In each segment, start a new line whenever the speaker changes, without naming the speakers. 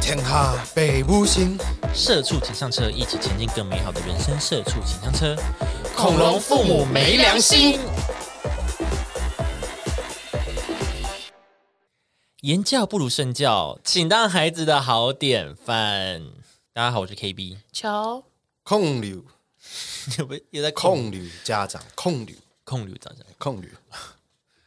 天下北无行，
社畜请上车，一起前进更美好的人生。社畜请上车。
恐龙父母没良心。
言教不如身教，请当孩子的好典范。大家好，我 是 KB，
乔，
控流
有没有有在控
控流家长控流
控流长这样
控流，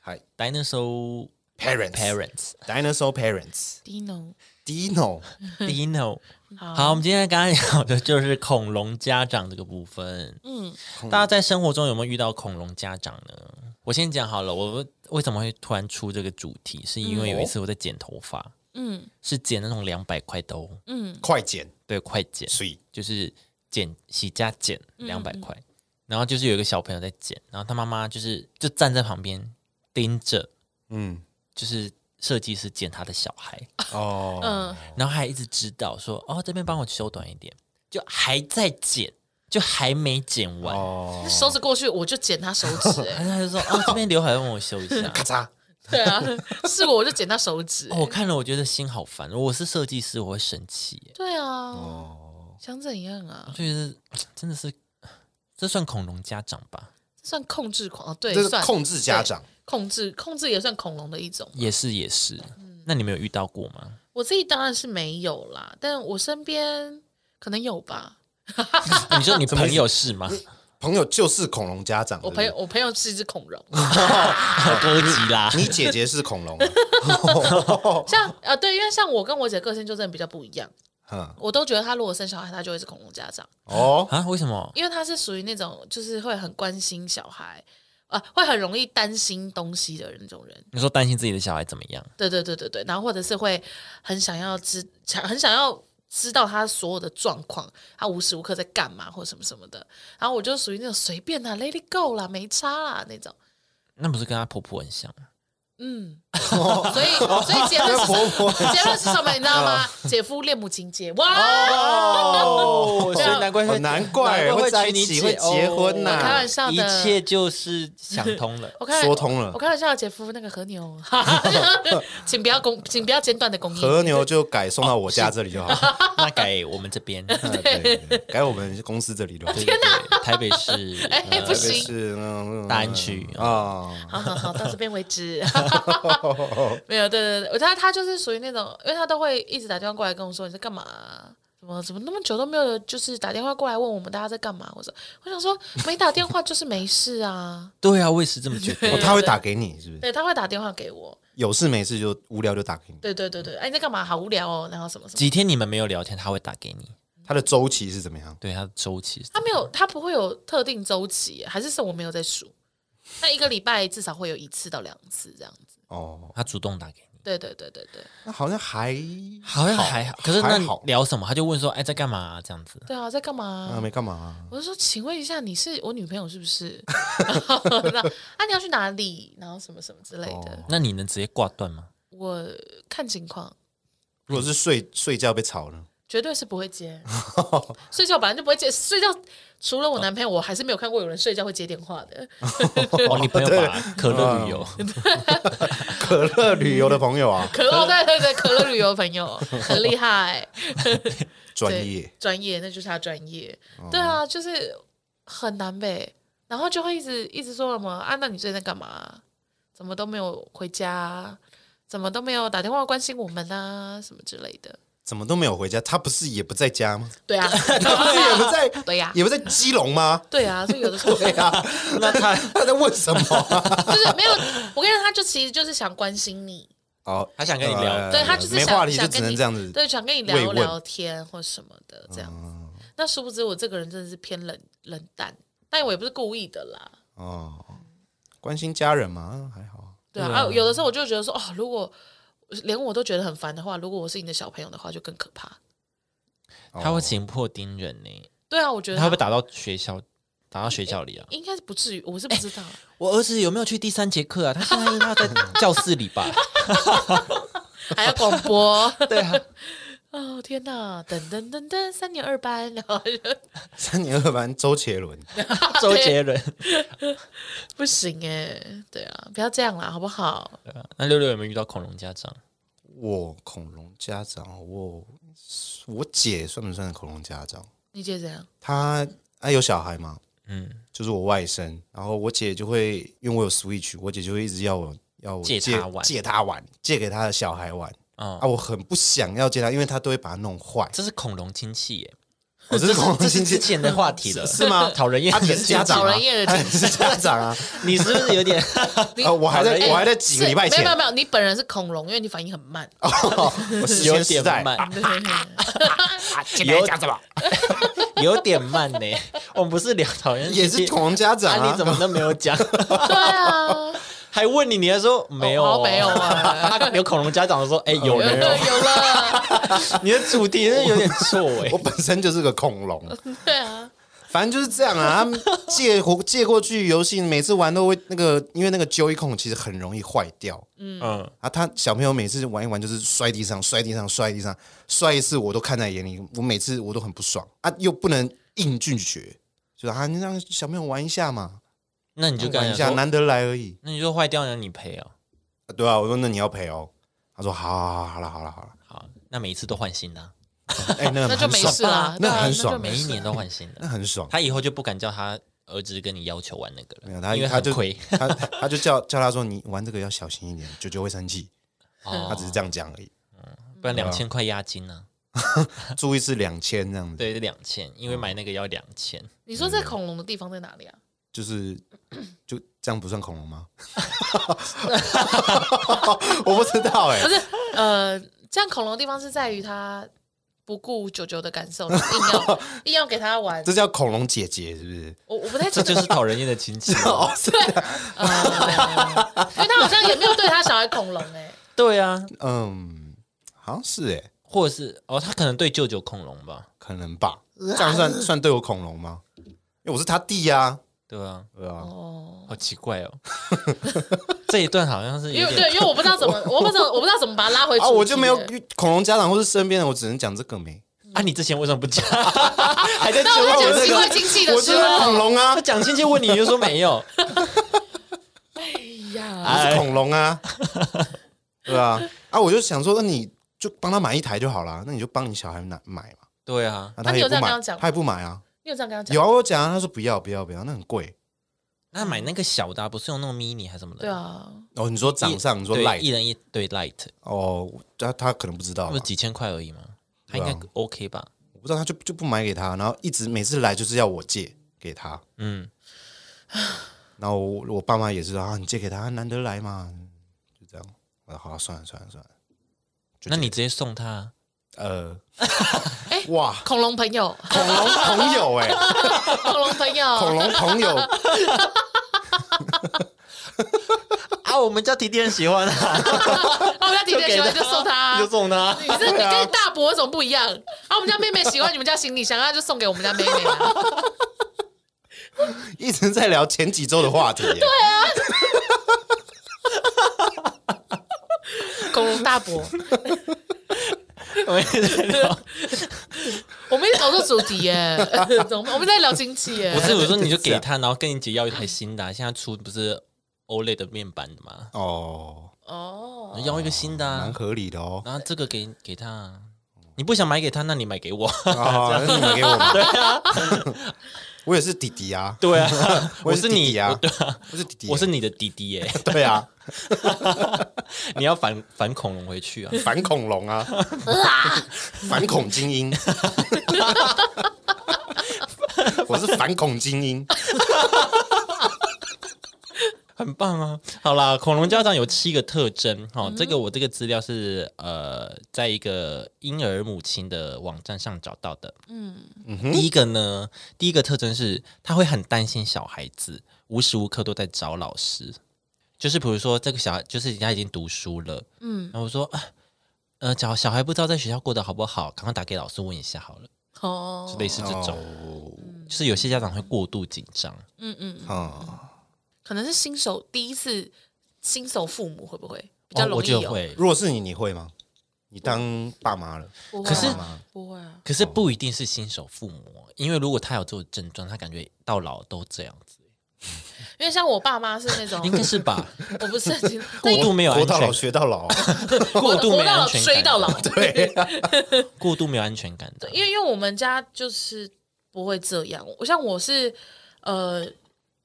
嗨
？Dinosaur
parents
parents
dinosaur parents
Dino，
Dino
Dino。
嗯好
好，我们今天刚刚聊的就是恐龙家长这个部分。
嗯，
大家在生活中有没有遇到恐龙家长呢？我先讲好了，我为什么会突然出这个主题，是因为有一次我在剪头发，
嗯
是剪那种两百块的哦，
嗯
快剪
对，快剪，
水
就是剪洗加剪两百
嗯
块。然后就是有一个小朋友在剪，然后他妈妈就是就站在旁边盯着，
嗯
就是设计师剪他的小孩，
哦
嗯，
然后还一直指导说：“哦，这边帮我修短一点。”就还在剪，就还没剪完。
哦，
手指过去我就剪他手指，哎，
然后他就说：“哦，这边刘海帮我修 一下。
咔嚓
对啊，是我我就剪他手指
哦”，我看了，我觉得心好烦。我是设计师，我会生气耶，
对啊，
哦，
想怎样啊？
就是真的是，这算恐龙家长吧？
这算控制狂啊？对
这，是
算
控制家长
控制，控制也算恐龙的一种。
也是也是。那你们有遇到过 吗？
我自己当然是没有啦，但我身边可能有吧。
你说你朋友是吗？
朋友就是恐龙家长，
我朋友
对，
我朋友是一只恐 龙，
哥吉拉
啊不对你姐姐是恐 龙啊，
像呃对，因为像我跟我姐个性就真的比较不一样，
嗯
我都觉得她如果生小孩，她就会是恐龙家长。
哦
啊？为什么？
因为他是属于那种就是会很关心小孩，啊，会很容易担心东西的那种人。
你说担心自己的小孩怎么样？
对对对对对，然后或者是会很想要知，想很想要知道他所有的状况，他无时无刻在干嘛或什么什么的。然后我就属于那种随便啦，Let it go 啦，没差啦那种。
那不是跟她婆婆很像吗？
嗯，所以所以结论是
婆婆
结论是什么？你知道吗？姐夫恋母情节哇！
啊哦
所
啊
以难怪
哦
会
难怪
难怪
会
会
在一
娶你
起
姐
会结婚
我开
呐
玩，笑的。
一切就是想通了
我开玩
说通了
我开玩笑，姐夫那个和牛， 请不要供，请不要间断的供应。
和牛就改送
哦
到我家这里就好，
那改我们这边，对
啊对，对改我们公司这里就好。
对对，台北市，
哎
呃
不
特别
行
是嗯
大安区哦
嗯啊，
好好好，到这边为止。没有，对对对，我他他就是属于那种，因为他都会一直打电话过来跟我说你在干嘛、怎么怎么那么久都没有，就是打电话过来问我们大家在干嘛？我说我想说没打电话就是没事啊。
对啊，我也是这么觉
哦
得。
他会打给你是不是？
对，他会打电话给我。
有事没事就无聊就打给你。
对对对对，哎、你在干嘛？好无聊哦，然后什么什么。
几天你们没有聊天，他会打给你。
他的周期是怎么样？
对，他的周期是
他没有，他不会有特定周期，还是是我没有在数。那一个礼拜至少会有一次到两次这样子。
哦，
他主动打给你，
对对对对对，
那好像还
好像还好。可是那
还好
聊什么？他就问说，哎，在干嘛啊？这样子。
对啊，在干嘛、
啊没干嘛啊
我就说，请问一下，你是我女朋友是不是？ 然后那啊，你要去哪里？然后什么什么之类的。
哦。
那你能直接挂 断吗？
我看情况，
如果是睡睡觉被吵呢？
绝对是不会接。睡觉本来就不会接，睡觉除了我男朋友，我还是没有看过有人睡觉会接电话的。
哦，你朋友把可乐旅游，
嗯可乐旅游的朋友啊，
可乐，对对对，可乐旅游朋友很厉害，
专
对
业
专业，那就是他专业。对啊，就是很难呗。然后就会一直一直说什么啊？那你最近在干嘛？怎么都没有回家啊？怎么都没有打电话关心我们啊？什么之类的。
怎么都没有回家，他不是也不在家 吗？
对啊，
他不是也不在，
对呀、
也不在基隆吗？
对啊，所以有的时候
对啊，那他 他在问什么 啊？
就是没有，我跟你讲，他就其实就是想关心你，
哦，
他想跟你聊
呃
对他就是
没
想
话题就
想
只
跟
能
你
这样子。
对，想跟你
慰
聊
问
聊天或什么的这样
嗯
子。
哦
那殊不知我这个人真的是偏冷冷淡，但我也不是故意的啦。
哦，关心家人嘛，嗯还好啊。
对啊，啊有的时候我就觉得说，哦，如果连我都觉得很烦的话，如果我是你的小朋友的话，就更可怕。
哦
他会紧迫盯人呢。
对啊，我觉得
他会不会打到学校？打到学校里啊？
应该是不至于，我是不知道。
哎
我儿子有没有去第三节课啊？他现在应该在教室里吧？
还要广 播
对啊，
哦，天哪！噔噔噔噔，三年二班，然后就
三年二班周杰伦，
周杰伦。
欸不行哎，对啊，不要这样啦，好不好？
对啊那六六有没有遇到恐龙家长？
我恐龙家长，我我姐算不算恐龙家长？
你姐怎样？
她她有小孩嘛，
嗯，
就是我外甥，然后我姐就会因为我有 Switch，我姐就会一直要我要我
借她玩
借她玩，借给她的小孩玩。
哦
啊，我很不想要借她，因为她都会把它弄 坏。
这是恐龙亲戚耶，
我、这是恐龙
这是
亲
之
戚，
前的话题了，
是吗？
讨人厌
她
的
也是家长
讨
啊
人厌，的
她也是家长啊。
你是不是有点？
你
啊， 我还在
讨人厌
我还在几个礼拜
是
前哦
哎没有没有没有，你本人是恐龙，因为你反应很慢。
我是
有
先时
点
代，
慢，
对对对
有讲什么？ 有点慢呢。我们不是聊讨厌
也是恐龙家长
啊？
啊。
你怎么都没有讲？
对啊，
还问你，你还说没有
哦
哦？
好没 有啊
啊？有恐龙 家长说，哎，有
有
人
了
哦。
有了，
你的主题是有点 错哎
我。本身就是个恐龙，
对啊，
反正就是这样啊。他们借过借过去游戏，每次玩都会那个，因为那个 Joy 控其实很容易坏掉
嗯，
啊。他小朋友每次玩一玩就是摔地上，摔地上，摔地上，摔一次我都看在眼里，我每次我都很不爽啊，又不能硬拒绝，就是啊，你让小朋友玩一下嘛，
那你就跟
玩
他
一下，
讲说，
难得来而已。
那你就坏掉了，你赔哦。
啊对啊，我说那你要赔哦。他说好好好好了好了好 了，
好，那每一次都换新的啊，
哎，那
那就
很
没
爽
事啦，
那
对啊
很
就
爽
没
每一
事
年都换新
那
的。
很爽。
他以后就不敢叫他儿子跟你要求玩那个
没
了，
有他
因为
他
很
就
亏。
他他他就叫叫他说你玩这个要小心一点，舅舅会生气。他
哦
只是这样讲而已，
不然
对啊
两千块押金呢、
注意是两啊千这样子。，
对，两千，因为买那个要两千。
你说这恐龙的地方在哪里啊？
就是就这样不算恐龙吗？ 我不知道哎、
不是，呃，这样恐龙的地方是在于它不顾九九的感受，硬要硬要给它玩
这。叫恐龙姐姐是不是？
我我不太
这
清楚，
就是讨人厌的亲戚。
哦，是的，
呃， 因为他好像也没有对他小孩恐龙哎，
对啊，
嗯，好像是哎、
或者是哦，他可能对舅舅恐龙吧，
可能 吧。这样算算对我恐龙吗？因为我是他弟呀、啊，
对啊，
对啊，
哦，
好奇怪 哦。这一段好像是
因
有
为
点
对，因为我不知道怎么，我不知道我不知道怎么把它拉回
啊，
主
我就
题
没有
欸
恐龙家长或是身边的，我只能讲这个没。
啊，你之前为什么不讲？还在
那我
我这
在讲奇怪
个，
经济的
我就
事
是恐
啊。
龙啊
他，讲亲戚问你你就说没有，
哎呀，
我
哎
是恐龙啊，对啊，啊，我就想说，那你就帮他买一台就好啦，那你就帮你小孩买买嘛。
对啊，
啊，
那
他
你有
也
这
不
样
买
跟他讲，
他也不买啊。
你有这样跟他讲？
有啊，我有讲啊，他说不要不要不要，那很贵。
那买那个小的啊、不是用那种 mini 还是什么的？
对，啊，
哦，你说掌上，你说
对，一
light，
人一对 light，
哦，他他可能不知道吧，啊
不是几千块而已吗？他应该 OK 吧？
我不知道，他就就不买给他，然后一直每次来就是要我借给他，
嗯，
然后我我爸妈也是啊，你借给他，难得来嘛，就这样。我说好啊、算了算了算了，就
那
这
你直接送他啊。
呃，
哎
哇，
恐龙朋友，
恐龙朋友 哎、
恐龙朋
恐
友，
龙朋友，
啊，我们家弟弟很喜欢啊，
我们家弟弟喜欢就送他，啊
就送他啊
你。这你跟大伯有什么不一样？啊，我们家妹妹喜欢你们家行李箱，那就送给我们家妹啊妹啦。
一直在聊前几周的话题、对，
啊
恐龙大伯，
我也在聊，
我们一直搞错主题耶， 怎么办？我们在聊经济耶
不。是我说你就给他，然后跟你姐要一台新的啊、现在出不是 OLED 的面板的嘛，
哦，
哦，
要一个新的、
蛮
啊，
合理的 哦。
然后这个给给他啊，你不想买给他，那你买给我，
啊，那你们给我嘛？对啊， 我也是弟弟啊，
对啊， 我
也
是
弟
你
弟啊
我对啊，
我是弟弟，
我是你的弟弟耶、
对啊，
你要反反恐龙回 去啊，
反恐龙啊，反恐精 英，我是反恐精英，
很棒啊。好啦，恐龙家长有七个特征，哦，
嗯
这个我这个资料是呃，在一个婴儿母亲的网站上找到的，
嗯
第一个呢，第一个特征是他会很担心小孩子，无时无刻都在找老师。就是比如说，这个小孩就是人家已经读书了，嗯，然后我说，啊呃，小小孩不知道在学校过得好不好，赶快打给老师问一下好了，
哦
就，类似这种。
哦
就是有些家长会过度紧张，
嗯嗯，
啊，
可能是新手第一次，新手父母会不会比较
哦，我
容易
就
有？
会。
如果是你，你会吗？你当爸妈了，
不会
可
啊
是
不会啊，
可是不一定是新手父母哦，因为如果他有这种症状，他感觉到老都这样子，
因为像我爸妈是那种
应，该 是吧？
我不是很清楚，
过度没有
哦活
安
到老
全，
学到 老，
过度没
活
有
到老
安全
追
感，
到老，
对，
过度没有安全感的。
因为因为我们家就是不会这样，我像我是呃，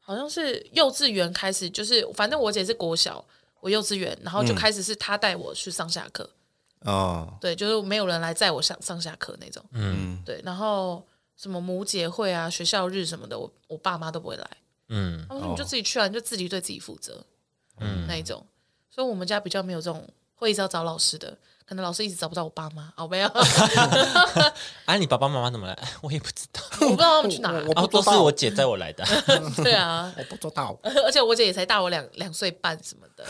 好像是幼稚园开始，就是反正我姐是国小，我幼稚园，然
嗯
后就开始是她带我去上下课，
哦，
对，就是没有人来载我上上下课那种，
嗯，
对，然后什么母姐会啊、学校日什么的，我我爸妈都不会来，
嗯，
他们
哦
说你就自己去啊，你就自己对自己负责，嗯，那一种，所以我们家比较没有这种会一直要找老师的。可能老师一直找不到我爸妈，哦，没有， 我
啊，你爸爸妈妈怎么来？ 我也不知道，
不知道他们去哪儿。
我
啊，
不
都
知
是
道
我姐载我来 的。
对啊，
嗯
我不知道，
而且我姐也才大我两两岁半什么的。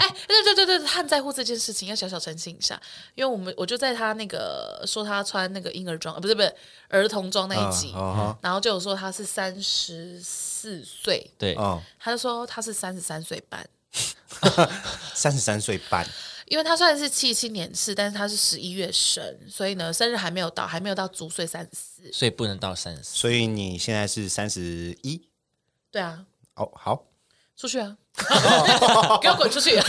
哎，对对对对，她很在乎这件事情，要小小澄清一下，因为我们我就在她那个说她穿那个婴儿装，呃不是不是儿童装那一集，
哦
啊
然后就有说她是三十四岁，
对，
啊，
她就说她是三十三岁半。
三十三岁半，
因为她虽然是七七年次，但是她是十一月生，所以呢，生日还没有到，还没有到足岁三十四。
所以不能到三十四。
所以你现在是三十一，
对啊，
哦，好，
出去 啊！给我滚出去！啊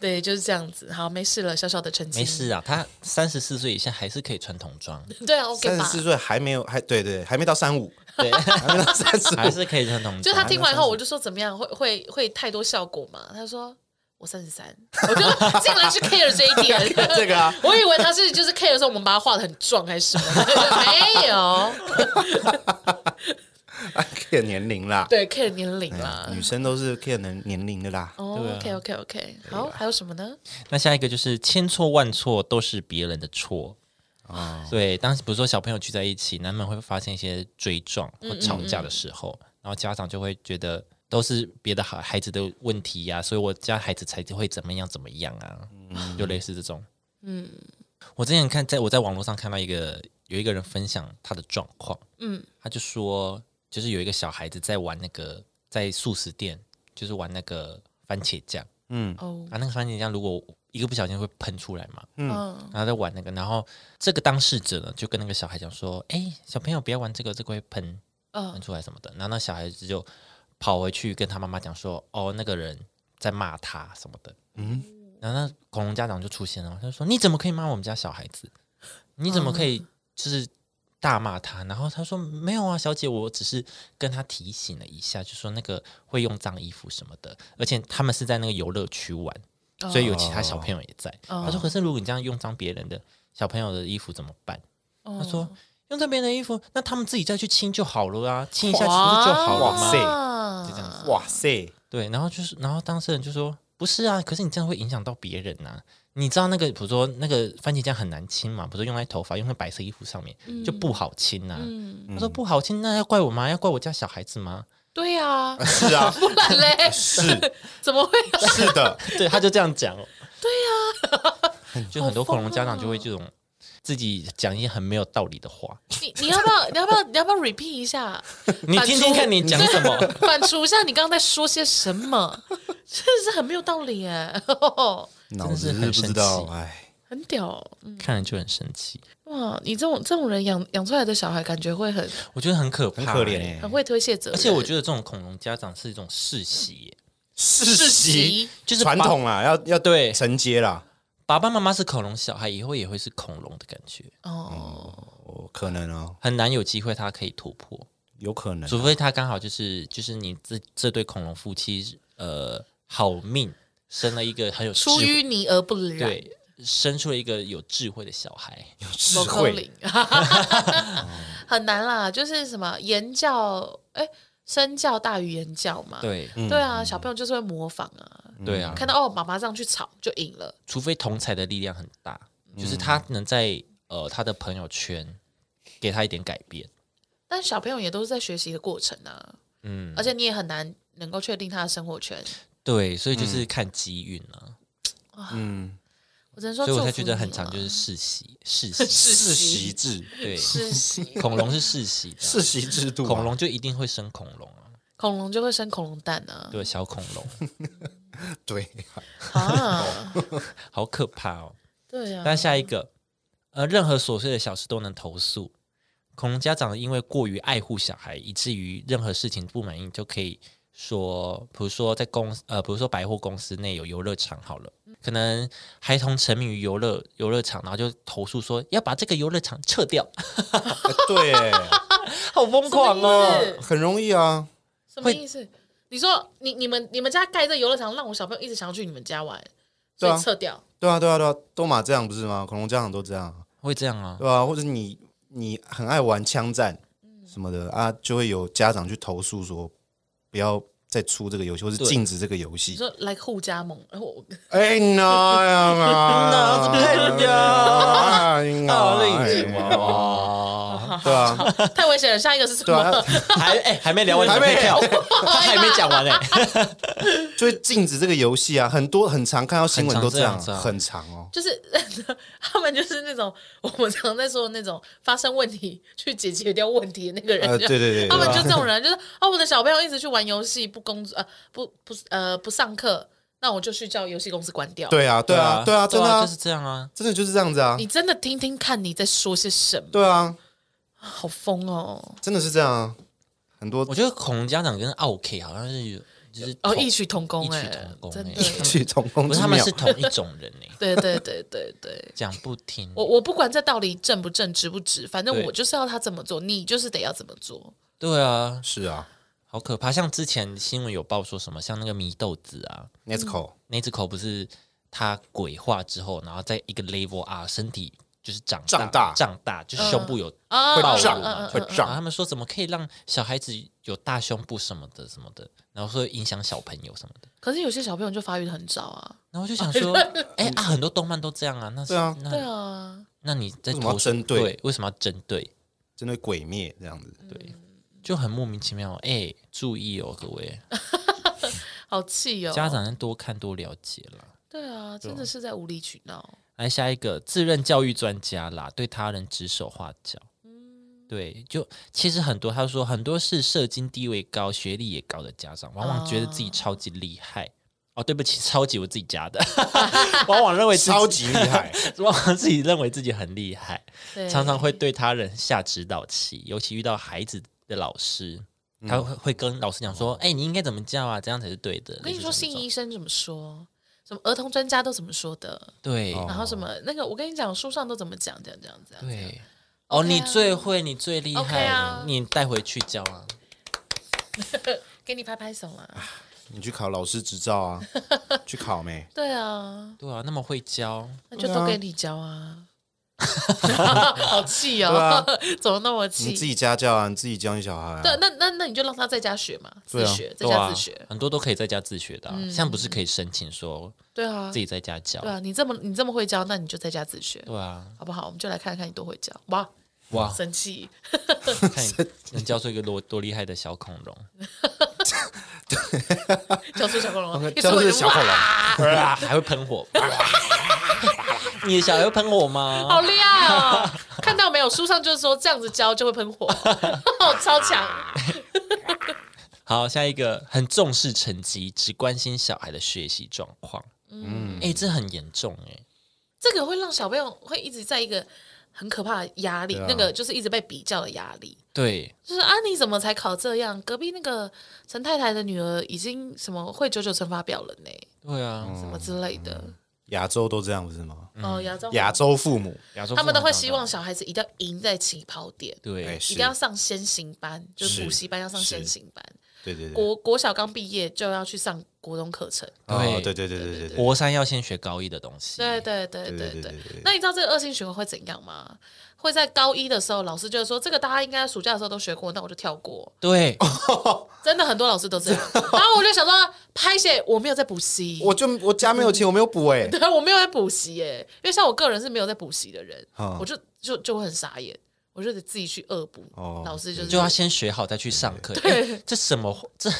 对，就是这样子。好，没事了，小小的澄清。
没事啊，他三十四岁以下还是可以穿童装，
对啊，OK
三十
吧？
四岁还没有，还对对，还没到三五，
对，
还没到三十
还
五，，
是可以穿童
就
装。
他听完以后，我就说怎么样，会会会太多效果嘛？他说我三十三，我 就竟然是 care 这一点
这个啊，
我以为他是就是 care 说我们把他画的很壮还是什么的，没有，
看年龄啦，
对 care 年龄
哎
啦。
女生都是看年年龄的啦，
哦，OK
啊
OK OK，好，还有什么呢？
那下一个就是千错万错都是别人的错。对，当时比如说小朋友聚在一起，难免会发生一些追撞或吵架的时候，然后家长就会觉得都是别的孩孩子的问题呀、所以我家孩子才会怎么样怎么样啊，就类似这种。嗯，我之前看，在我在网络上看到一个有一个人分享他的状况，嗯，他就说，就是有一个小孩子在玩那个在素食店，就是玩那个番茄酱，
嗯
哦，
啊，那个番茄酱如果一个不小心会喷出来嘛，
嗯，
然后在玩那个，然后这个当事者呢就跟那个小孩讲说：“哎，小朋友不要玩这个，这个会喷喷
嗯，
出来什么的。”然后那小孩子就跑回去跟他妈妈讲说：“哦，那个人在骂他什么的。”嗯，然后那恐龙家长就出现了，他就说：“你怎么可以骂我们家小孩子？你怎么可以就是大骂他？”然后他说：“没有啊，小姐，我只是跟他提醒了一下，就说那个会用脏衣服什么的，而且他们是在那个游乐区玩。”所以有其他小朋友也在。他说：“可是如果你这样用脏别人的小朋友的衣服怎么办？”
哦
他说：“用脏别人的衣服，那他们自己再去清就好了啊，清一下其实就好了嘛。
哇塞
塞
就这样子
哇塞，”
对，然后就是，然后当事人就说：“不是啊，可是你这样会影响到别人呐、啊你知道那个，比如说那个番茄酱很难清嘛，不是用在头发，用在白色衣服上面、就不好清呐、
嗯，
他说：“不好清，那要怪我吗？要怪我家小孩子吗
对呀，
是啊，
不然嘞，
是
怎么会有？
是的，？”
对，他就这样讲、哦。
啊
对 呀、就很多恐龙家长就会这种自己讲一些很没有道理的话。
你你要不要你要不要你要不要 repeat 一下？
你听听看你 讲什么？
反刍一下你刚刚在说些什么，真的是很没有道理哎，
脑子
真的是很
不知
神
道，
奇
哎，
很屌。嗯
看了就很生气，
哇，你这种这种人养养出来的小孩，感觉会很
我觉得很可怕、
很可怜
欸
哎
很，会推卸责任，
而且我觉得这种恐龙家长是一种世袭耶、
世袭
就是
传
爸
统啦，要要
对
承接啦，
爸爸妈妈是恐龙，小孩以后也会是恐龙的感觉，
哦，
嗯
哦，可能哦，
很难有机会他可以突破，
有可能，
除非他刚好就是就是你这这对恐龙夫妻呃好命生了一个很有智
出
慧
淤泥而不染，
对生出了一个有智慧的小孩，
啊
智
某科
慧
林， 很难啦，就是什么言教，哎，身教大于言教嘛，
对嗯
对啊，小朋友就是会模仿啊，
对啊，
看到哦妈妈这样去吵就赢了，
除非同才的力量很大，就是他能在呃他的朋友圈给他一点改变。
但小朋友也都是在学习的过程啊，嗯，而且你也很难能够确定他的生活圈，
对，所以就是看机运啊，
我只能说，
所以我才
祝福
觉得
你啊
很长，
啦
就是世袭，世 袭，
世袭制，
对，
世袭，
恐龙是世袭的啊，
世袭制度啊，
恐龙就一定会生恐龙啊，
恐龙就会生恐龙蛋
嗯
啊，
对，小恐 龙
对，
啊，
好可怕哦。
对啊，
那下一个，呃，任何琐碎的小事都能投诉，恐龙家长因为过于爱护小孩，以至于任何事情不满意就可以说，比如说在公呃，比如说百货公司内有游乐场好了，
嗯
可能孩童沉迷于游乐游乐场，然后就投诉说要把这个游乐场撤 掉，
哎 对，
好疯狂
什么意
哦！
思
很容易啊。
什么意思？你说你你们你们家盖这游乐场，让我小朋友一直想要去你们家玩，
对
所
啊
以撤掉。
对啊，对啊，对啊，都嘛这样不是吗？恐龙家长都这样啊，
会这样啊？
对吧、或者你你很爱玩枪战
嗯
什么的啊，就会有家长去投诉说不要再出这个游戏，或是
对
禁止这个游
你
戏。
说
嗯
来互加盟，然后我
哎那啊呀嘛，
那是配呀
哎呀
啊，那已经
哎
哇！
对啊，
太危险了。下一个是什
对
么？
啊，
还哎、还没聊完，
还没
你跳， 他还没讲完哎、
就会禁止这个游戏啊，很多很常看到新闻都这样
很常这样子
啊，
啊
很长哦。
就是他们就是那种我们常在说的那种发生问题去解决掉问题的那个人，
呃，对对对，
他们
对
就这种人，就是哦，我的小朋友一直去玩游戏，不工作，呃，不不呃不上课，那我就去叫游戏公司关掉。，
对啊，对啊，对啊，真的啊
就是，这样啊。
真的就是这样子啊
你，真的听听看你在说些什么，
对啊，
好疯哦，
真的是这样啊，很多
我觉得恐龙家长跟 OK 好像是就是
哦，
同
异曲同工
异
哎、
曲同工
真的
哎，
异曲同工
不
之
是他们
妙
是。同一种人呢、
对对对对对。
讲不听。
我我不管这道理正不正直不直，反正
对
我就是要他怎么做，你就是得要怎么做。
对啊，
是啊
好可怕！像之前新闻有报说什么，像那个祢豆子啊，
，Nesco，
那只狗不是它鬼化之后，然后在一个 level R 身体就是长
胀大
胀大，就是胸部有
啊
会
暴
啊
露
胀
嘛，
会
然后
胀，
他们说怎么可以让小孩子有大胸部什么的什么的，然后说影响小朋友什么的。
可是有些小朋友就发育的很早啊，
然后我就想 说，哎啊，很多动漫都这样啊，那是
对啊
对
那
啊，
那你
为
在
什么要
投诉
针对
为什么要针对？
真的鬼灭这样子。
对，就很莫名其妙。哎，注意哦，各位
好气哦，
家长要多看多了解啦。
对啊，真的是在无理取闹。
来下一个，自认教育专家啦，对他人指手画脚。对，就其实很多，他说很多是社经地位高、学历也高的家长，往往觉得自己超级厉害。哦，对不起，超级我自己家的， 往往认为自己
超，级厉 害，
往往自己认为自己很厉害，
对，
常常会对他人下指导棋，尤其遇到孩子的老师，
嗯
他会会跟老师讲
哦
说：“哎、你应该怎么教啊？这样才是对的。”
我跟你说，
类似像这
信
种
医生怎么说？什么儿童专家都怎么说的？
对、
哦
然后什么那个，我跟你讲，书上都怎么讲，这样这样啊这样。
对，哦，
OK 啊
你最会，你最厉
OK
害
啊
你带回去教啊。
给你拍拍手啊
啊
啦。
你去考老师执照啊？ 去考没？
对啊，
对啊，那么会教，
那就
对啊
都给你 教啊。好气哦！怎么那么
啊你自
气？
己家教啊，你自己教你小孩啊。
对，那那那你就让他在家学嘛，自
对啊
学，在
对
家
啊
自学。，
很多都可以在家自学的啊。像不是可以申请说
对啊
自，己在家教
对？啊，你这么你这么会教，那你就在家自学，
对啊，
好不好？我们就来看看你多会教。哇，
哇，
生气！
看你能教出一个多多厉害的小恐 龙，
教出小恐龙，一出
哦 教
我
这
就
个小恐龙，
啊还会喷火。 你的小孩会喷火吗？
好厉害哦！看到没有？书上就是说这样子教就会喷火， 超强。
好，下一个很重视成绩，只关心小孩的学习状况。嗯，哎，这很严重哎。
这个会让小朋友会一直在一个很可怕的压力，
对啊
那个就是一直被比较的压力。
对，
就是啊，你怎么才考这样？隔壁那个陈太太的女儿已经什么会九九乘法表了呢？
对啊，
什么之类的。
亚洲都这样不是吗？
哦，亚洲
亚洲父母，
亚洲
他们都
父母
会
长
希
大
望小孩子一定要赢在起跑点，
哎，
对，
是
一定要上先行班，就是补
是
习班要上
是
先行班。
对对对，
国国小刚毕业就要去上国中课程。
哦，
对
对对对对对对，
国三要先学高一的东西。
对对对
对
对
对
对
对对。
那你知道这个恶性循环会怎样吗？会在高一的时候，老师就是说这个大家应该暑假的时候都学过，那我就跳过。
对，
哦真的很多老师都 这样。然后我就想说，拍写我没有在补习，
我就我家没有钱，我没有补哎，
对我没有在补习耶，因为像我个人是没有在补习的 人，
嗯
我就就就会很傻眼，我就得自己去恶补。
哦
老师就是
就要先学好再去上课。哎这什么这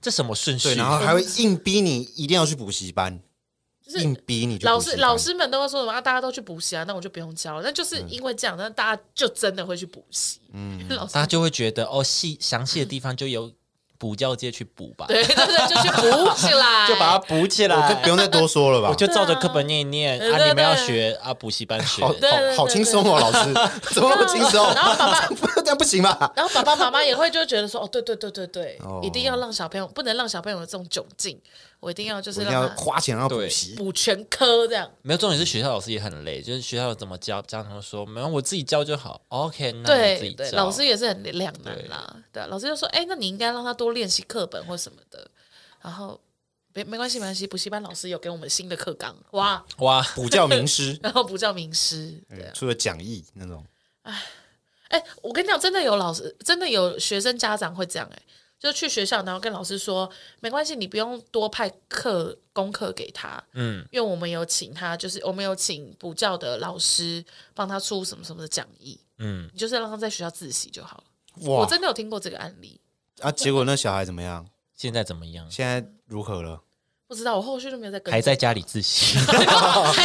这什么顺
对，
序？
然 后还会硬逼你一定要去补习班，
就是
硬逼你去
老
补习
师
班
老师们都会说什么啊？大家都去补习啊，那我就不用教了。那就是因为这样，那大家就真的会去补习。嗯，老师
大家就会觉得哦，细详细的地方就有补教界去补吧，
对对对，就去补起来，
就把它补起来，
我就不用再多说了吧？
我就照着课本念一念
对啊
啊，你们要学啊，补习班学
好
对对
好好轻松哦，老 师，怎么那么轻松？
然后爸爸
不，但不行吧？
然后爸爸妈妈也会就觉得说，哦，对对对对对，
哦
一定要让小朋友不能让小朋友有这种窘境，我一定要就是
我一
让
定要
他
花钱让他补习，
补全科这样。
没有重点是学校老师也很累，就是学校怎么教，家长说没有我自己教就好，OK，那你自
对
己
对，
教。
老师也是很两难啦。对啊，老师就说，哎，那你应该让他多练习课本或什么的。然后没没关系没关系，补习班老师有给我们新的课纲哇，，
嗯
哇，
补教名师
然后不叫名师。 对啊，
除了讲义那种，
哎，我跟你讲，真的有老师，真的有学生家长会这样哎、就去学校，然后跟老师说，没关系，你不用多派课功课给他，
嗯，
因为我们有请他，就是我们有请补教的老师帮他出什么什么的讲义，
嗯，
你就是让他在学校自习就好了。我
哇！
真的有听过这个案例，
啊，结果那小孩怎么样？
现在怎么样？
现在如何了？
不知道我后续就没有再跟，
还在家里自 习，
还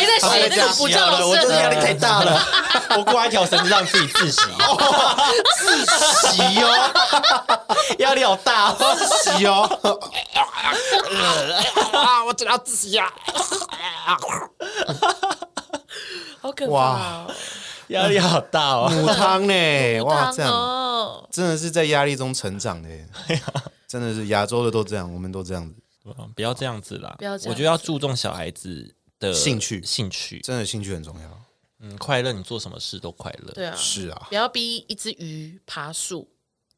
在哎写那个补教老
我
师
真的
的
压力太大了，
我挂一条绳子让自己自 习，
急哦，
压力好大哦。
急哦，
啊，我真的要自习啊，
好可怕
哇
哦，
压力好大哦。
母汤 呢？哇，这
当
样
哦，
真的是在压力中成长的耶，
哎
真的是亚洲的都这样，我们都这样子，
嗯不要这样子啦，
不要这样子
我觉得要注重小孩子的
兴趣
兴趣，
真的兴趣很重要。
啊
嗯，快乐，你做什么事都快乐，
对啊，
是啊，
不要逼一只鱼爬树，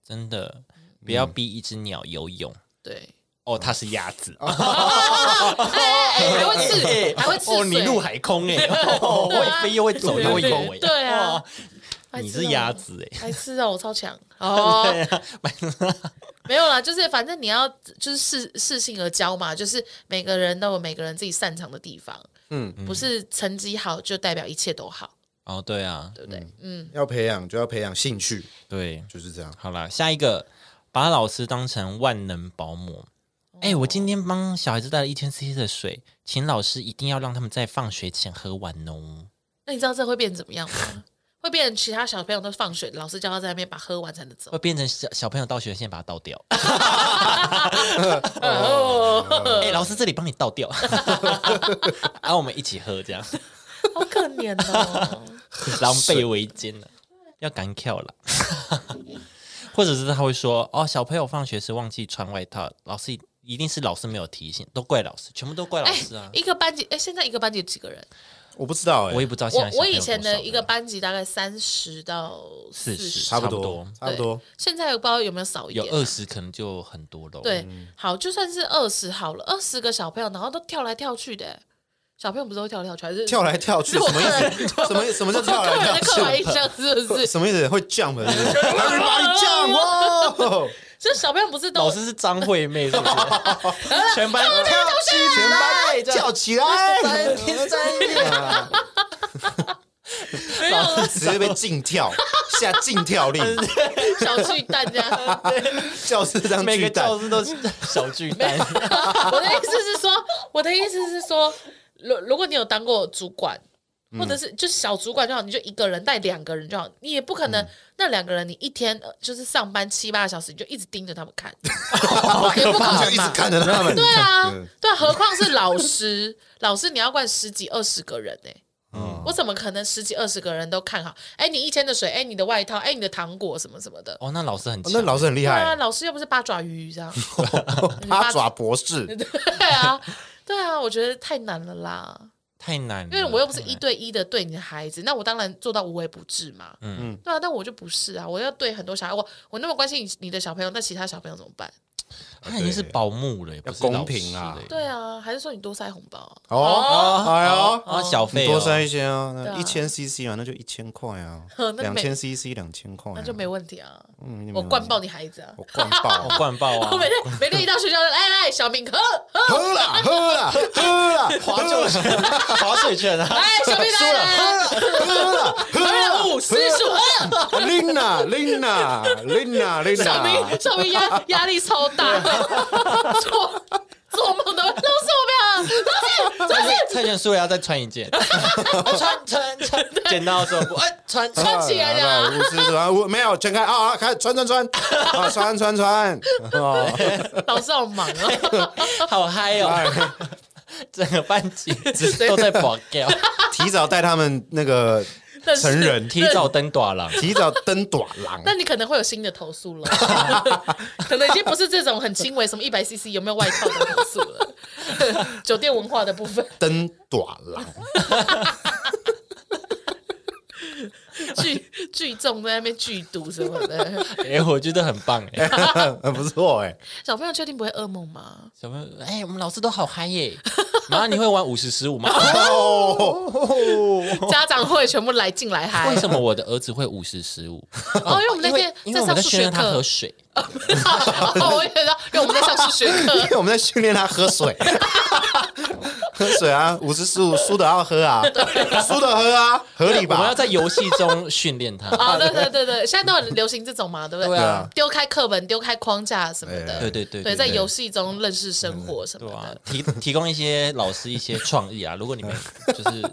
真的，不要逼一只鸟游泳。
对，
哦，它是鸭子，
哎，还会 刺，还会刺
哦，你
水
入海空 哎，哦会飞又会走又会游哎，
对啊
哇，你是鸭子哎，
白痴哦，我超强哦，
对啊，
没有啦，就是反正你要就是适适性而教嘛，就是每个人都有每个人自己擅长的地方，
嗯，
不是成绩好就代表一切都好，
哦对啊，
对不对？嗯，
要培养就要培养兴趣，
对，
就是这样。
好啦，下一个把老师当成万能保姆。
哦
哎、我今天帮小孩子带了一千 CC 的水，请老师一定要让他们在放学前喝完 哦。
那你知道这会变怎么样吗？会变成其他小朋友都放水，老师叫他在那边把喝完才能走
会。变成小小朋友到学先把它倒 掉。
哦，
哎、老师这里帮你倒 掉，然后我们一起喝，这样
好可怜 哦。
狼狈为奸了，要赶跳了。 或者是他会说：“哦，小朋友放学时忘记穿外套，老师一一定是老师没有提醒，都怪老师，全部都怪老
哎
师啊。
一个班级，哎，现在一个班级有几个人？
我不知道哎、
我也不知道现在
我
小
我
朋友
以前
多少
的一个
了
班级大概三十到
四
四
十，
十，
差不
多
多，差不多。
现在不知道有没有少一
有
点啊。
二十可能就很多喽。
对，好，就算是二十好了，二十个小朋友，然后都跳来跳去的，欸小朋友不是会跳来跳去，还是
跳来跳去
是我
什么意
个人
思？什么什么叫跳来
我刻
跳
板印象是不
去？
是？
什么意思？会 jump 是不是？Everybody jump！哦，
就小朋友不是都
老师是张惠妹，是 不是？全班跳起
全班
这样
叫起来！
三天三
啊
没有了
直接被禁跳，下禁跳令，
小巨蛋这样？
教室当
每
巨
个
蛋
教，室都是小巨蛋，
我的意思是说，我的意思是说，如如果你有当过主管，或者是就是小主管就好，你就一个人带两个人就好，你也不可能那两个人你一天呃就是上班七八个小时，你就一直盯着他们看，也
就
不可能
一直
嘛。
看着他们。
对啊
嗯，
对啊，何况是老师， 老师你要管十几二十个人呢、
嗯
我怎么可能十几二十个人都看好？哎，你一天的水，哎，你的外套，哎，你的糖果什么什么的。
哦，那老师很
哦
强，
那老师很厉
对啊，
害，
老师又不是八爪鱼这样。
八爪博士，
对啊，对啊，我觉得太难了啦，
太难了，
因为我又不是
嗯太
一
难
对一的对你的孩子，那我当然做到无微不至嘛。
嗯
嗯，对啊，但我就不是啊，我要对很多小孩，我我那么关心你你的小朋友，那其他小朋友怎么办？
他已经是保姆了，也不是
要公平啊
老师了
对啊，还是说你多塞红包啊？
哦，哎呦，
啊，小费
你
哦
多塞一些啊，
对
那
啊
一千 CC 啊，那就一千块啊
那，没
两千 CC 两千块啊，
那就没问题啊，
嗯，你没
我
有
灌爆你孩子啊！
我灌
哦
爆，
灌爆
我每
啊，
天每天一到学校，来来，小明喝喝，
喝啦喝啦喝啦，
划救圈，划水圈啊，
来哎小明来来，喝了五十数二，
拎啦拎啦拎啦拎
小
啦
明，小明压 压力超大，做做梦都老师我不要，老师
蔡玄书也要再穿一 件，穿穿穿，剪刀手不，哎，穿穿，
穿起来的
啊
啊
我是说，我没有全开啊啊，开穿穿穿啊，穿穿穿哦，
老师好忙哦，
好嗨哦！
哎
整个班级都在保掉，
提早带他们那个
但是
成人，
提早登短廊，
提早登短廊，
那你可能会有新的投诉了， 可能已经不是这种很轻微什么一百 CC 有没有外套的投诉了，酒店文化的部分
登短廊，
聚聚众在那边剧毒什么的，
哎，我觉得很棒哎，
很不错哎，
小朋友确定不会噩梦吗？
小朋友，哎，我们老师都好嗨耶！妈，你会玩五十十五 吗？
哦，
家长会全部来进来嗨
为，什么我的儿子会五十十五？
哦，因为我们那天
因为
在
我们
上
在
数
训
学
练他喝
课，
水，
哦，我也知道，因为我们在上数学课 哦
因，为我们在训练他喝水，喝水啊，五十十五输的要喝啊，输的喝啊，合理
我们要
吧？
在游戏中训练他。
啊，对对对对，现在都很流行这种嘛，对不对？
对啊哎
啊，
丢开课本，丢开框架什么的，
对对对
对，在
对
游戏中认识生活什么
对啊
的。，
提提供一些老师一些 创意啊。如果你们就是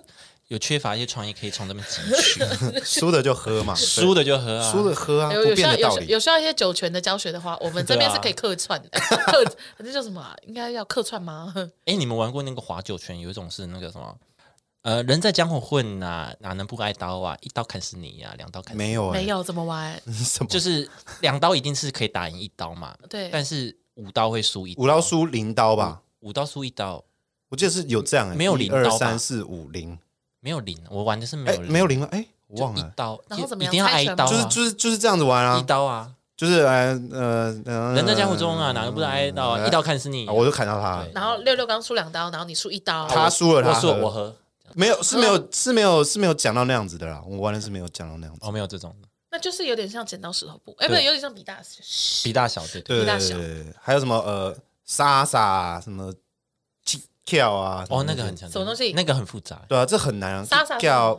有缺乏一些创意，可以从他们汲 取。
输的就喝嘛，
输的就喝啊，
输的喝啊，
哎有
不
有需
变
要
的
有
道
需
理。
有需要一些酒泉的教学的话，我们这边
对啊
是可以客串的，客这叫什么啊？应该要客串吗？
哎、你们玩过那个划九圈？有一种是那个什么，呃，人在江湖混呐、哪能不挨刀啊？一刀砍死你呀、两刀砍死
没有哎，
没有怎么玩？
什么
你，就是两刀一定是可以打赢一刀嘛。
对
但是五刀会输一刀
五刀，输零刀吧？
五刀输一刀，
我记得是有这样哎，
没有零
一二
刀吧
三四五零，
没有零。我玩的是没
哎，
有零，
没有零了，哎，我
就
忘
一
了，
刀，
然后
就
怎么
一
样
定要
猜
挨一
拳
刀、啊，
就是就是就是这样子玩
一
啊，
刀啊。
就是呃呃呃，
人在江湖中啊，哪能不挨刀啊？一刀砍死你
啊，，我就砍到他了，
然后六六刚输两刀，然后你输一刀，
他输了，
我
他
输
喝
我喝。
没有是没
嗯
有是没有是没有讲到那样子的啦，我玩的是没有讲到那样子。
哦，没有这种的
那就是有点像剪刀石头布，哎，不
对
对，有点像比大师。
比大小对对。
对
大
对
小
对，对还有什么呃莎莎啊，什么 Ki- Kiao 啊，什么
哦，那个很强，
什么东西
那个很复杂。
对啊，这很难啊
莎莎
Ki- Kiao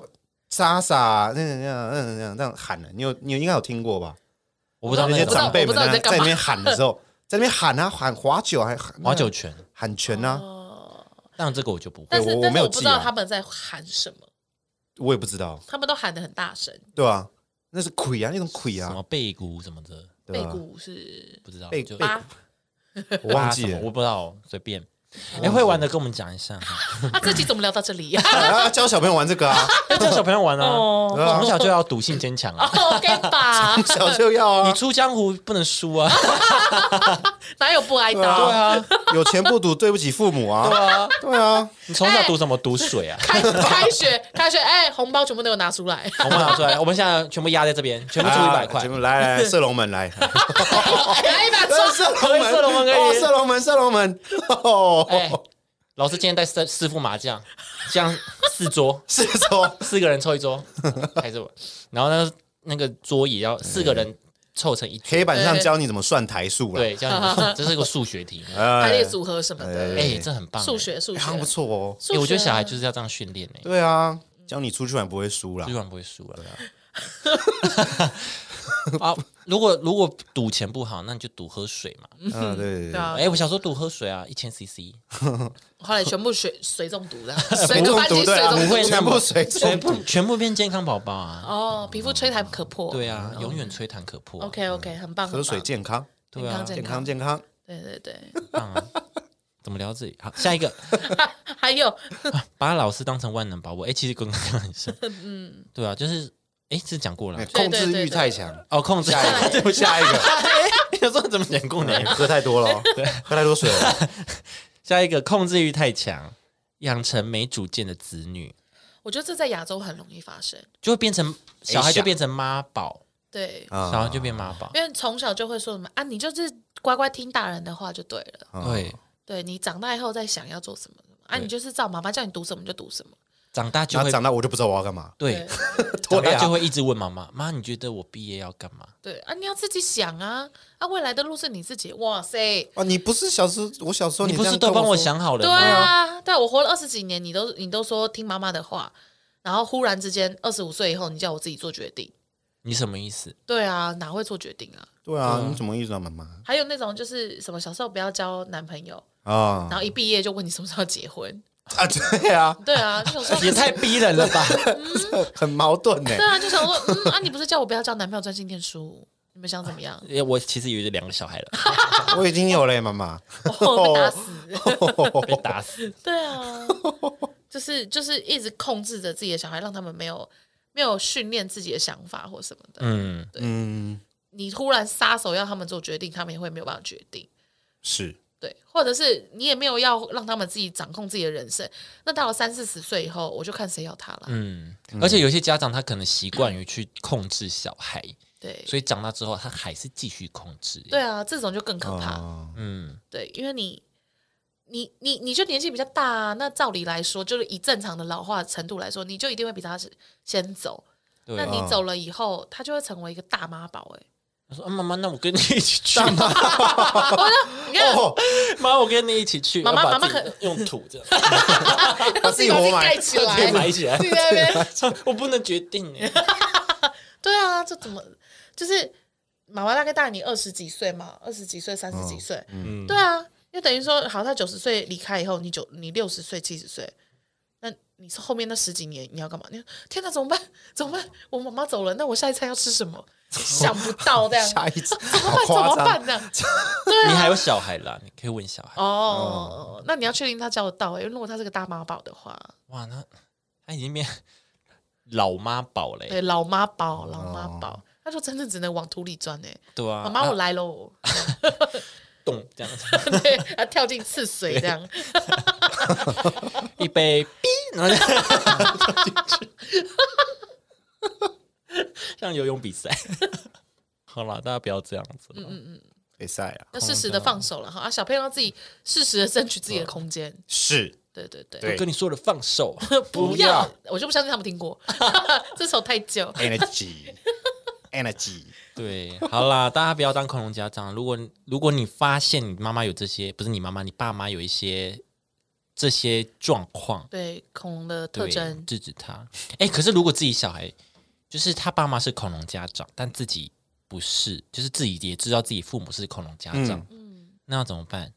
莎莎那样那样那样那样那样喊的，你有你应该有听过吧？
我不知道
那
那
些
个
长
长
辈
我不
们
知道
在那
我不知道你在干嘛
在那边喊的时候，在那边喊啊喊划酒还喊
划九拳，
喊拳啊，
哦
但这个我就不会。
但是
我我
但
没
是
有
我不知
记啊
道他们在喊什么，
我也不知道，
他们都喊得很大声。
对啊，那是鬼啊，那种鬼
什
啊
么，背骨什么的，
对
背
吧？
骨是
不知道
背
就
背
啊
八，
我忘记
什么
了
我，不知道，随便。哎，会玩的跟我们讲一下，
啊，这集怎么聊到这里？
啊要教小朋友玩这个啊，
要哎教小朋友玩啊，
哦
对啊
从小就要赌性坚强啊，
，OK 吧？
小就要
你
啊，
出江湖不能输啊，
哪有不挨
对
打？
啊，
有钱不赌，对不起父母啊，
对啊，
对啊，
你从小赌什么？赌水啊，
开开学，开学，哎，红包全部都有拿出来，
我们拿出来，我们现在全部压在这边，全部出一百
啊
块
全，部来来来射龙门来。
来一把
呃
抓，
射龙门，
射龙门可以
哦射龙门，射龙门，
哎
哦，，
老师今天带四四副麻将，这样四桌，
是说
四个人凑一桌，还是我，然后呢，那个桌椅要四个人凑成一桌，
黑板上教你怎么算台数了，
对，这 样子这是一个数学题，
哎，
排列组合什么
哎
的，
哎，这很棒，
数学数
哎
学，
好像不错哦。
欸
数学，啊
我觉得小孩就是要这样训练呢、欸，
对啊，教你出去玩不会输啦
基。本上不会输了。 啊，如果如果赌钱不好，那你就赌喝水嘛。
嗯，对对
对
对，
啊
哎、，我小时候赌喝水啊，一千 CC，
后来全部水水中毒的，水中班级
毒对
水
啊，
中
不
毒
会，那
全
么
部水中
全
毒。
部全部变健康宝宝啊。
哦，皮肤吹弹可破，
对啊，
哦
永远吹弹可破、啊。
，OK OK，很棒，
喝水
很
健康，
棒
对啊
健
健
康
康
健
健康。
康，对对对，
棒啊！怎么聊到这里？好，下一个，
还有
把老师当成万能宝宝。哎、其实跟刚刚很像。嗯，对啊，就是哎、是讲过了
哎
啊。
控制欲太强，
哦，控制。
对不下一个，
有时候怎么讲过呢？
喝太多 了哦，喝太多水了。
下一个，控制欲太强，养成没主见的子女。
我觉得这在亚洲很容易发生，
就会变成小孩就变成妈宝，
对，
哎 啊
小孩就变妈宝。
因为从小就会说什么啊，你就是乖乖听大人的话就对了。
啊
对，
对你长大以后再想要做什么啊，你就是照妈妈叫你读什么就读什么。
长大就
然后
会
长大我就不知道我要干嘛。
对，长
对
大
啊
就，会一直问妈妈：“妈，你觉得我毕业要干嘛
对啊，你要自己想啊，啊，未来的路是你自己。哇塞，
啊，你不是小时候，我小时？”候
你
这
不是
样
都
跟
帮我
说
想好了
对
吗？
啊，对啊我活了二十几年，你都你都说听妈妈的话，然后忽然之间二十五岁以后，你叫我自己做决定，
你什么意思？
对啊，哪会做决定啊？
对啊，
嗯
你怎么一直让妈妈
还有那种就是什么小时候不要交男朋友，
啊
然？后一毕业就问你什么时候结婚，
啊，对啊，
对啊，就想说
也太逼人了吧？
很矛盾 呢、
对啊，就想说，嗯啊，你不是叫我不要叫男朋友专心念书，你们想怎么样？
因为我其实有两个小孩了，
我已经有了耶，妈妈。
我被打死。
哦
被打死。
对啊， 就是就是一直控制着自己的小孩，让他们没有没有训练自己的想法或什么的。
嗯，
嗯，
你突然撒手要他们做决定，他们也会没有办法决定。
是，
对，或者是你也没有要让他们自己掌控自己的人生。那到了三四十岁以后，我就看谁要他了。
嗯，而且有些家长他可能习惯于去控制小孩，
对，
所以长大之后他还是继续控制。
对，啊，这种就更可怕。
哦，
嗯，
对，因为你。你你你就年纪比较大、啊，那照理来说，就是以正常的老化程度来说，你就一定会比他先走。
对。
那你
啊
走了以后，他就会成为一个大妈宝哎、
他说：“啊，妈妈，那我跟你一起去。
你看，
哦
妈，我跟你一起去。
妈妈
然后把
妈妈
自己用土 这样
把
自己活埋
盖起
自己
来，
埋起来
自。己在那边。
我不能决定欸耶。
对啊，这怎么就是妈妈大概大你二十几岁嘛，二十几岁、三十几岁，
嗯，
对啊，因为等于说，好，他九十岁离开以后，你九你六十岁、七十岁，那你是后面那十几年你要干嘛？你天哪，怎么办？怎么办？我妈妈走了，那我下一餐要吃什 么？想不到这样，
下一次
啊 怎
好夸
么办？怎么
张
办， 呢？啊
你还有小孩啦，你可以问小孩。
哦，那你要确定他交得到、欸，因为如果他是个大妈宝的话，
哇，那他已经变老妈宝嘞、
对，老妈宝，老妈
哦
宝，他就真的只能往土里钻哎、
对啊，
妈妈，
啊
我来喽！
动这样子，
对，啊，跳进次水这样，
一杯冰，然后就 像游泳比赛。好啦，大家不要这样子了。
比赛啊，
要适时的放手了哈。啊，小朋友要自己适时的争取自己的空间。
是
对对对，
对
我跟你说了，放 手。
不
不要
要，我就不相信他们听过， 这首太旧。
energy energy，
对，好啦，大家不要当恐龙家长。如果如果你发现你妈妈有这些，不是你妈妈，你爸妈有一些这些状况，
对，恐龙的特
对
征，
制止他。哎，可是如果自己小孩就是他爸妈是恐龙家长，但自己不是，就是自己也知道自己父母是恐龙家长，
嗯
那要怎么办？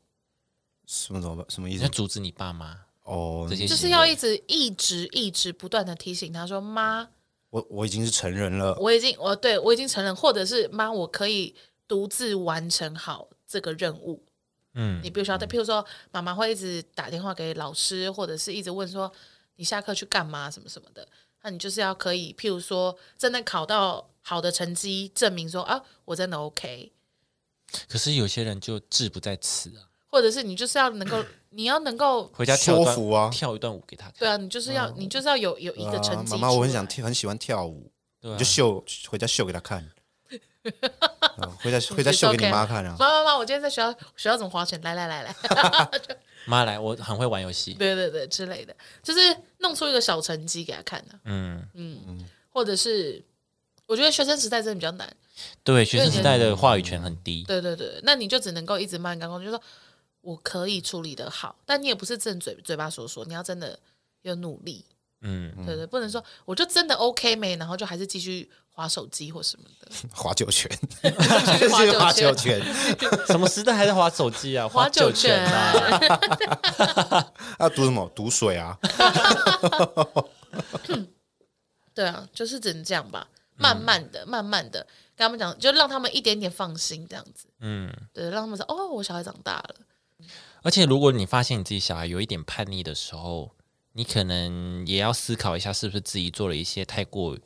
什么什么什么意
你
思
要？阻止你爸妈
哦
这，些
就
行
是
为
要一直一直一直不断的提醒他说：“妈，
我我已经是成人了，
我已经我对我已经承认，或者是妈，我可以独自完成好这个任务。”
嗯
你必须要对，譬如说妈妈会一直打电话给老师，或者是一直问说你下课去干嘛什么什么的，那你就是要可以，譬如说真的考到好的成绩，证明说啊我真的 OK，
可是有些人就志不在此啊，
或者是你就是要能 够，你要能够，
回家跳一
说
段
服啊
跳一段舞给他看。
对啊，你就是要你就是要有有一个
哦啊
成绩出
妈妈，
来。
我很想跳，很喜欢跳舞，
对啊
你就秀回家秀给她 看，啊回家回家
就是
秀给你
OK
妈看啊，
妈妈妈，我今天在学校学校怎么划拳？来来来 来，
妈来，我很会玩游戏。
对对对之类的，就是弄出一个小成绩给他看的、
嗯，
或者是我觉得学生时代真的比较难。
对，学生时代的话语权很低。
对对对，那你就只能够一直慢干工，就是说我可以处理的好，但你也不是正嘴嘴巴说说，你要真的有努力，
嗯，
对对，不能说我就真的 OK 没，然后就还是继续划手机或什么的，
划九 圈，
继续
就是划
划
九
九
圈
什么时代还在划手机啊？
划
九
九
圈
圈
啊！
啊，读什么？读水啊，
对啊，就是只能这样吧，慢
嗯
慢的、慢慢的跟他们讲，就让他们一点点放心，这样子，
嗯，
对，让他们说哦，我小孩长大了，
而且如果你发现你自己小孩有一点叛逆的时候，你可能也要思考一下，是不是自己做了一些太过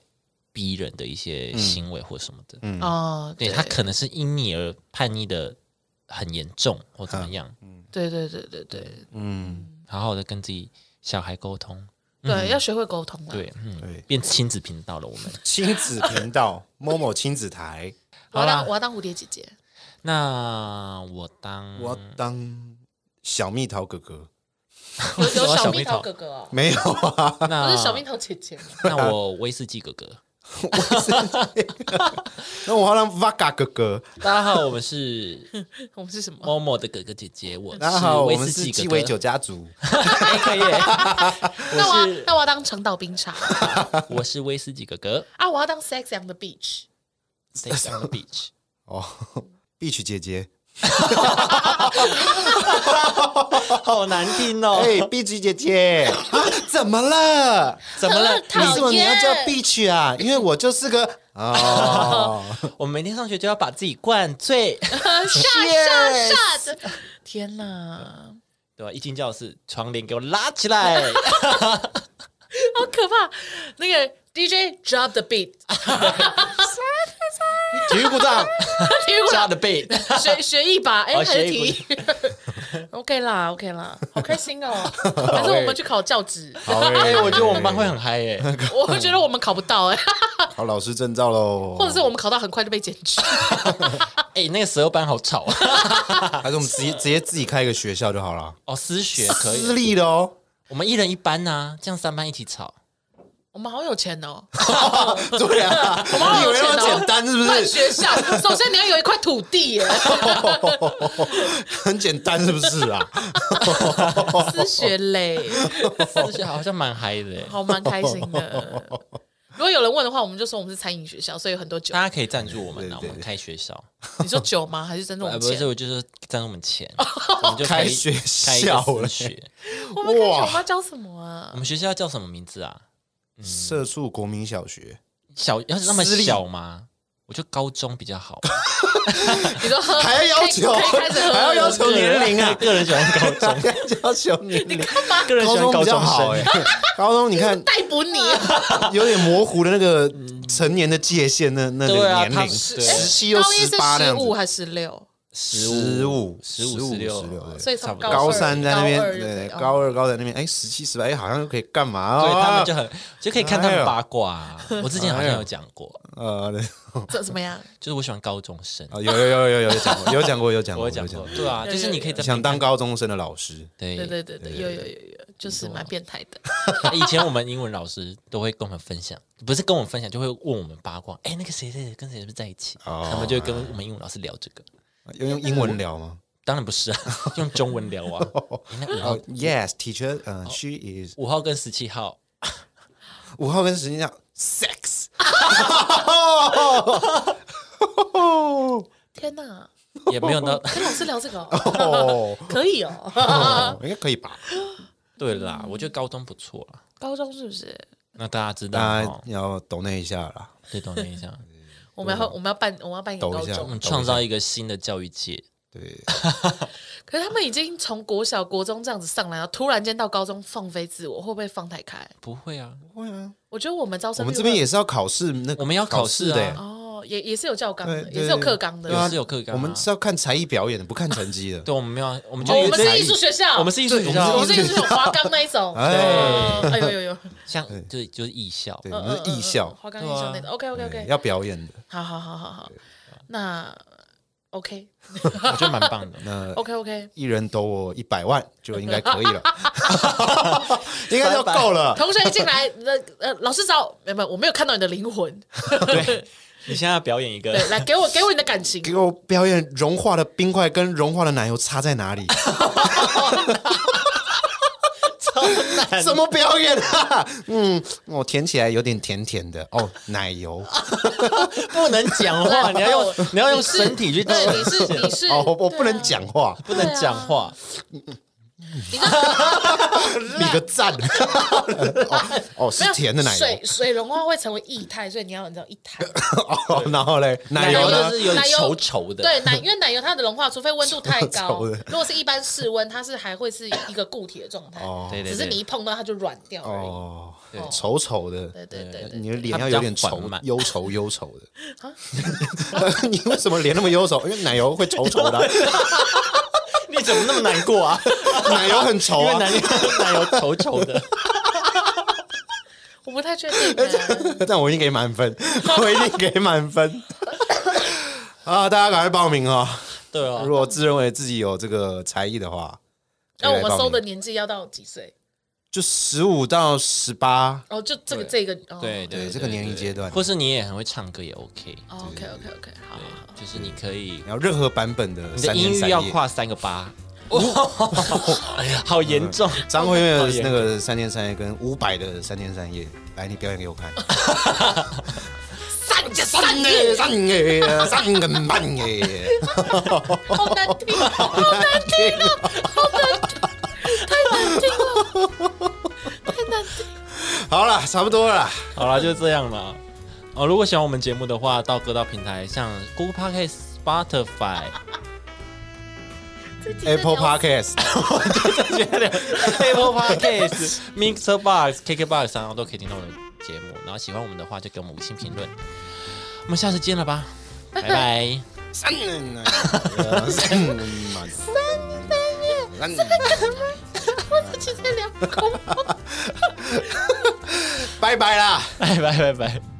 逼人的一些行为或什么的。
嗯
哦，
对他可能是因你而叛逆的很严重或怎么样，
对对对对对
嗯，
好好的跟自己小孩沟通。
对，要学会沟通啊，
嗯对，嗯，
对
变亲子频道了。我们
亲子频 道某某亲子台，
我
好
要
啦
当我要当蝴蝶姐 姐，
那我当
我要当当小蜜桃哥
嗯
哥，
有
我要
有
小
小
蜜
蜜
桃
桃哥哥哦。
没有啊，
我
那
是小蜜桃姐姐吗，
那我威士忌哥哥。
那我要当 Vaga 哥哥。
大家好，我 们是
我们是什么？
某某的哥哥姐姐，我
大家好，我们
威士
是
忌
鸡
哥
尾
哥
酒。家族，
哎可以耶，
那我
我
要
是
那我要当长岛冰茶
我是威士忌哥 哥。
啊！我要当 Sex on the Beach，
Sex on the beach，
哦，碧曲姐姐，
好难听哦！
哎，Bitch 姐姐，啊怎么了？
怎么了？
为
讨
什么你要叫
厌
Bitch 啊？因为我就是个哦，
我每天上学就要把自己灌 醉，
下下下的，天哪，
对吧？啊一进教室，窗帘给我拉 起来，
好可怕！那个 DJ drop the beat，
体育鼓掌，
体育鼓
加
掌
的背。
学学一把，哎，
哦
还是
学
体
一
育 ，OK 啦，OK 啦，好开心哦！还是我们去考教职，
好哎
哎，我觉得我们班会很嗨耶！
我会觉得我们考不到哎，
考老师证照喽，
或者是我们考到很快就被检举。
哎，那个十二班好吵
还是我们直接直接自己开一个学校就好了，
哦，私学可
私
以，
立的哦。
我们一人一班呐，这样三班一起吵。
我们好有钱哦，
对啊，
我们好
以
有
为
钱
那么
哦，
简单是不
办
是？
学校，首先你要有一块土地耶，
很简单是不是啊？
私学嘞，
私学好像蛮嗨的欸耶，
好蛮开心 的。如果有人问的话，我们就说我们是餐饮学校，所以有很多酒
大。家可以赞助我们啊，我
对对对
们开学校，
你说酒吗？哎还是真的我
呃，
们
不
钱
是，？我就是赞助我们 钱，我们就
开
可以
学
开一个
校
私
嘞
学。
我们开酒
哇
吧叫什么啊
我？们学校叫什么名字啊？
社畜国民小学，
小要是那么
私立
小吗？我觉得高中比较好，
你说喝
还要要求
可以可以开始喝
还要要求年龄啊
个人喜欢高 中，
要求年龄，
个人喜
高
欢
中
高
比较
中
好哎
生。。
高中你看
逮捕你？
有点模糊的那个成年的界限，那那
对
个
啊
年
他
龄，
是
十七又
高一
十
是
八那
十
样子
五。还是十六？
十五、
十
五、
五、
十
十六，
六，
所以
差
从
不多
高
二
三在那边，
高二
对
就可以
对，
哦
高二、高三那边，哎，十七、十八，哎，好像可以干嘛啊？
对他们就很就可以看他
哎
们八卦啊。我之前好像有讲过，
呃，对
这怎么样？
就是我喜欢高中生，
啊有有有有有有讲过，有讲过，有讲
我
过，
有讲过，对啊，
有
就是你可以在
想当高中生的老师，
对
对对对对，有有有有，就是蛮变态的。
以前我们英文老师都会跟我们分享，不是跟我们分享，就会问我们八卦。哎，那个谁谁谁跟谁是不是在一起？
哦
他们就会跟我们英文老师聊这个。
呃用用英文聊吗？
当然不是啊， 用中文聊 啊。诶那五号
哦，Yes, teacher，呃，she
哦
is
五号跟十七号，
五号跟十七讲 sex，
天哪，
也没 有到
跟老师聊这个 哦，
哦，
可以哦。
哦应该可以 吧？
对啦，我觉得高中不错啦。
高中是不是？
那大家知道
大
哦
家，要懂那一下啦，
对，懂了 一下。
我们要我们要办我们要办一个
抖
高
一下
啊我
中，
们创造一个新的教育界，
对，
可是他们已经从国小、国中这样子上来，然后突然间到高中放飞自我，会不会放太开？
不会啊，
会啊，
我觉得我们招
我
生
们
率
这边
会
也是要考试，那个
我们要考试
试
啊
的耶。
哦，也也是有教纲
对
的，
对
也是有课纲的
对。啊
也是有课纲啊
我们是要看才艺表演的，不看成绩的。
对，我们没有啊，我们就
哦，我们
才
是
艺
艺术学校，
我们是艺术学校啊
我们，是艺术学校花岗那一种。
哎
哦哎呦呦呦，
像对，就是艺校，
对，
嗯
我们是艺校，
花岗艺校那
对
种。OK OK
对
OK，
哎要表演的。
好好好好好，那 OK
我觉得蛮棒 的。
那
OK OK，
一人抖我一百 万就应该可以了，应该就够了。
同学一进来，那呃老师找，没有没有，我没有看到你的灵魂，
对， 你现在要表演一个
对，来给我给我你的感情，
给我表演融化的冰块跟融化的奶油差在哪 里？
超 难
怎么表演啊？ 嗯，我舔起来有点甜甜的哦，奶油。
不能讲 话，你要用你要用
你是
身体去
对，你
呈
是
现，
你是，
哦，我我
对啊
不能，讲话，
不能讲话。
比个赞。 哦哦，
啊没
是
有
甜的奶油
水。水融化会成为液态，所以你要你知道一态。
哦，然后嘞，奶油
奶
呢
油
就？是有点
奶油
稠稠的，
对奶，因为奶油它的融化，除非温度太高，
稠的
如果是一般室温，它是还会是一个固体的状态，
哦
对对对
只是你一碰到它就软掉而已。
哦
对，
稠稠的。
对对对对，啊
你的脸
它
要
比
有
较
点
缓
稠
慢，
忧愁忧愁的。 你为什么脸那么忧愁？因为奶油会稠稠的啊、
你怎么那么难过啊？
奶油很稠
因为
啊。
奶油奶油稠稠的，
我不太确定 啊。
但我一定给满分，我一定给满分。啊，大家赶快报名哦！
对啊
如，果自认为自己有这个才艺的话，
那我们收
可以来报
的
名
年纪要到几岁？
就十五到十八，
哦，就这个
对
这个，哦
对
对这个年龄阶段
或是你也很会唱歌也 OK，
哦，OK OK OK，好好好。
对，就是你可以
然后任何版本的
你
嗯三
的
天
音
三
域要
夜。
跨三个八， 哎好严重！
张惠妹
好
的
严
那个三天三夜跟伍佰的三天三夜，来你表演给我看。 三
三
个三个三个半个。
好难听，好难听了，好难听，太难听了， 太难听。
好了，差不多了啦。
好啦，就这样啦。哦，如果喜欢我们节目的话，到各大平台，像 Google Podcast、Spotify，
这集真的
Apple
要死
Podcast，
Apple Podcast、Mixer Box、KKBox，然后都可以听到我们的节目。然后喜欢我们的话，就给我们五星评论。我们下次见了吧，拜拜。
三个三个三个，
自己在聊空。
拜拜啦。
拜拜拜拜。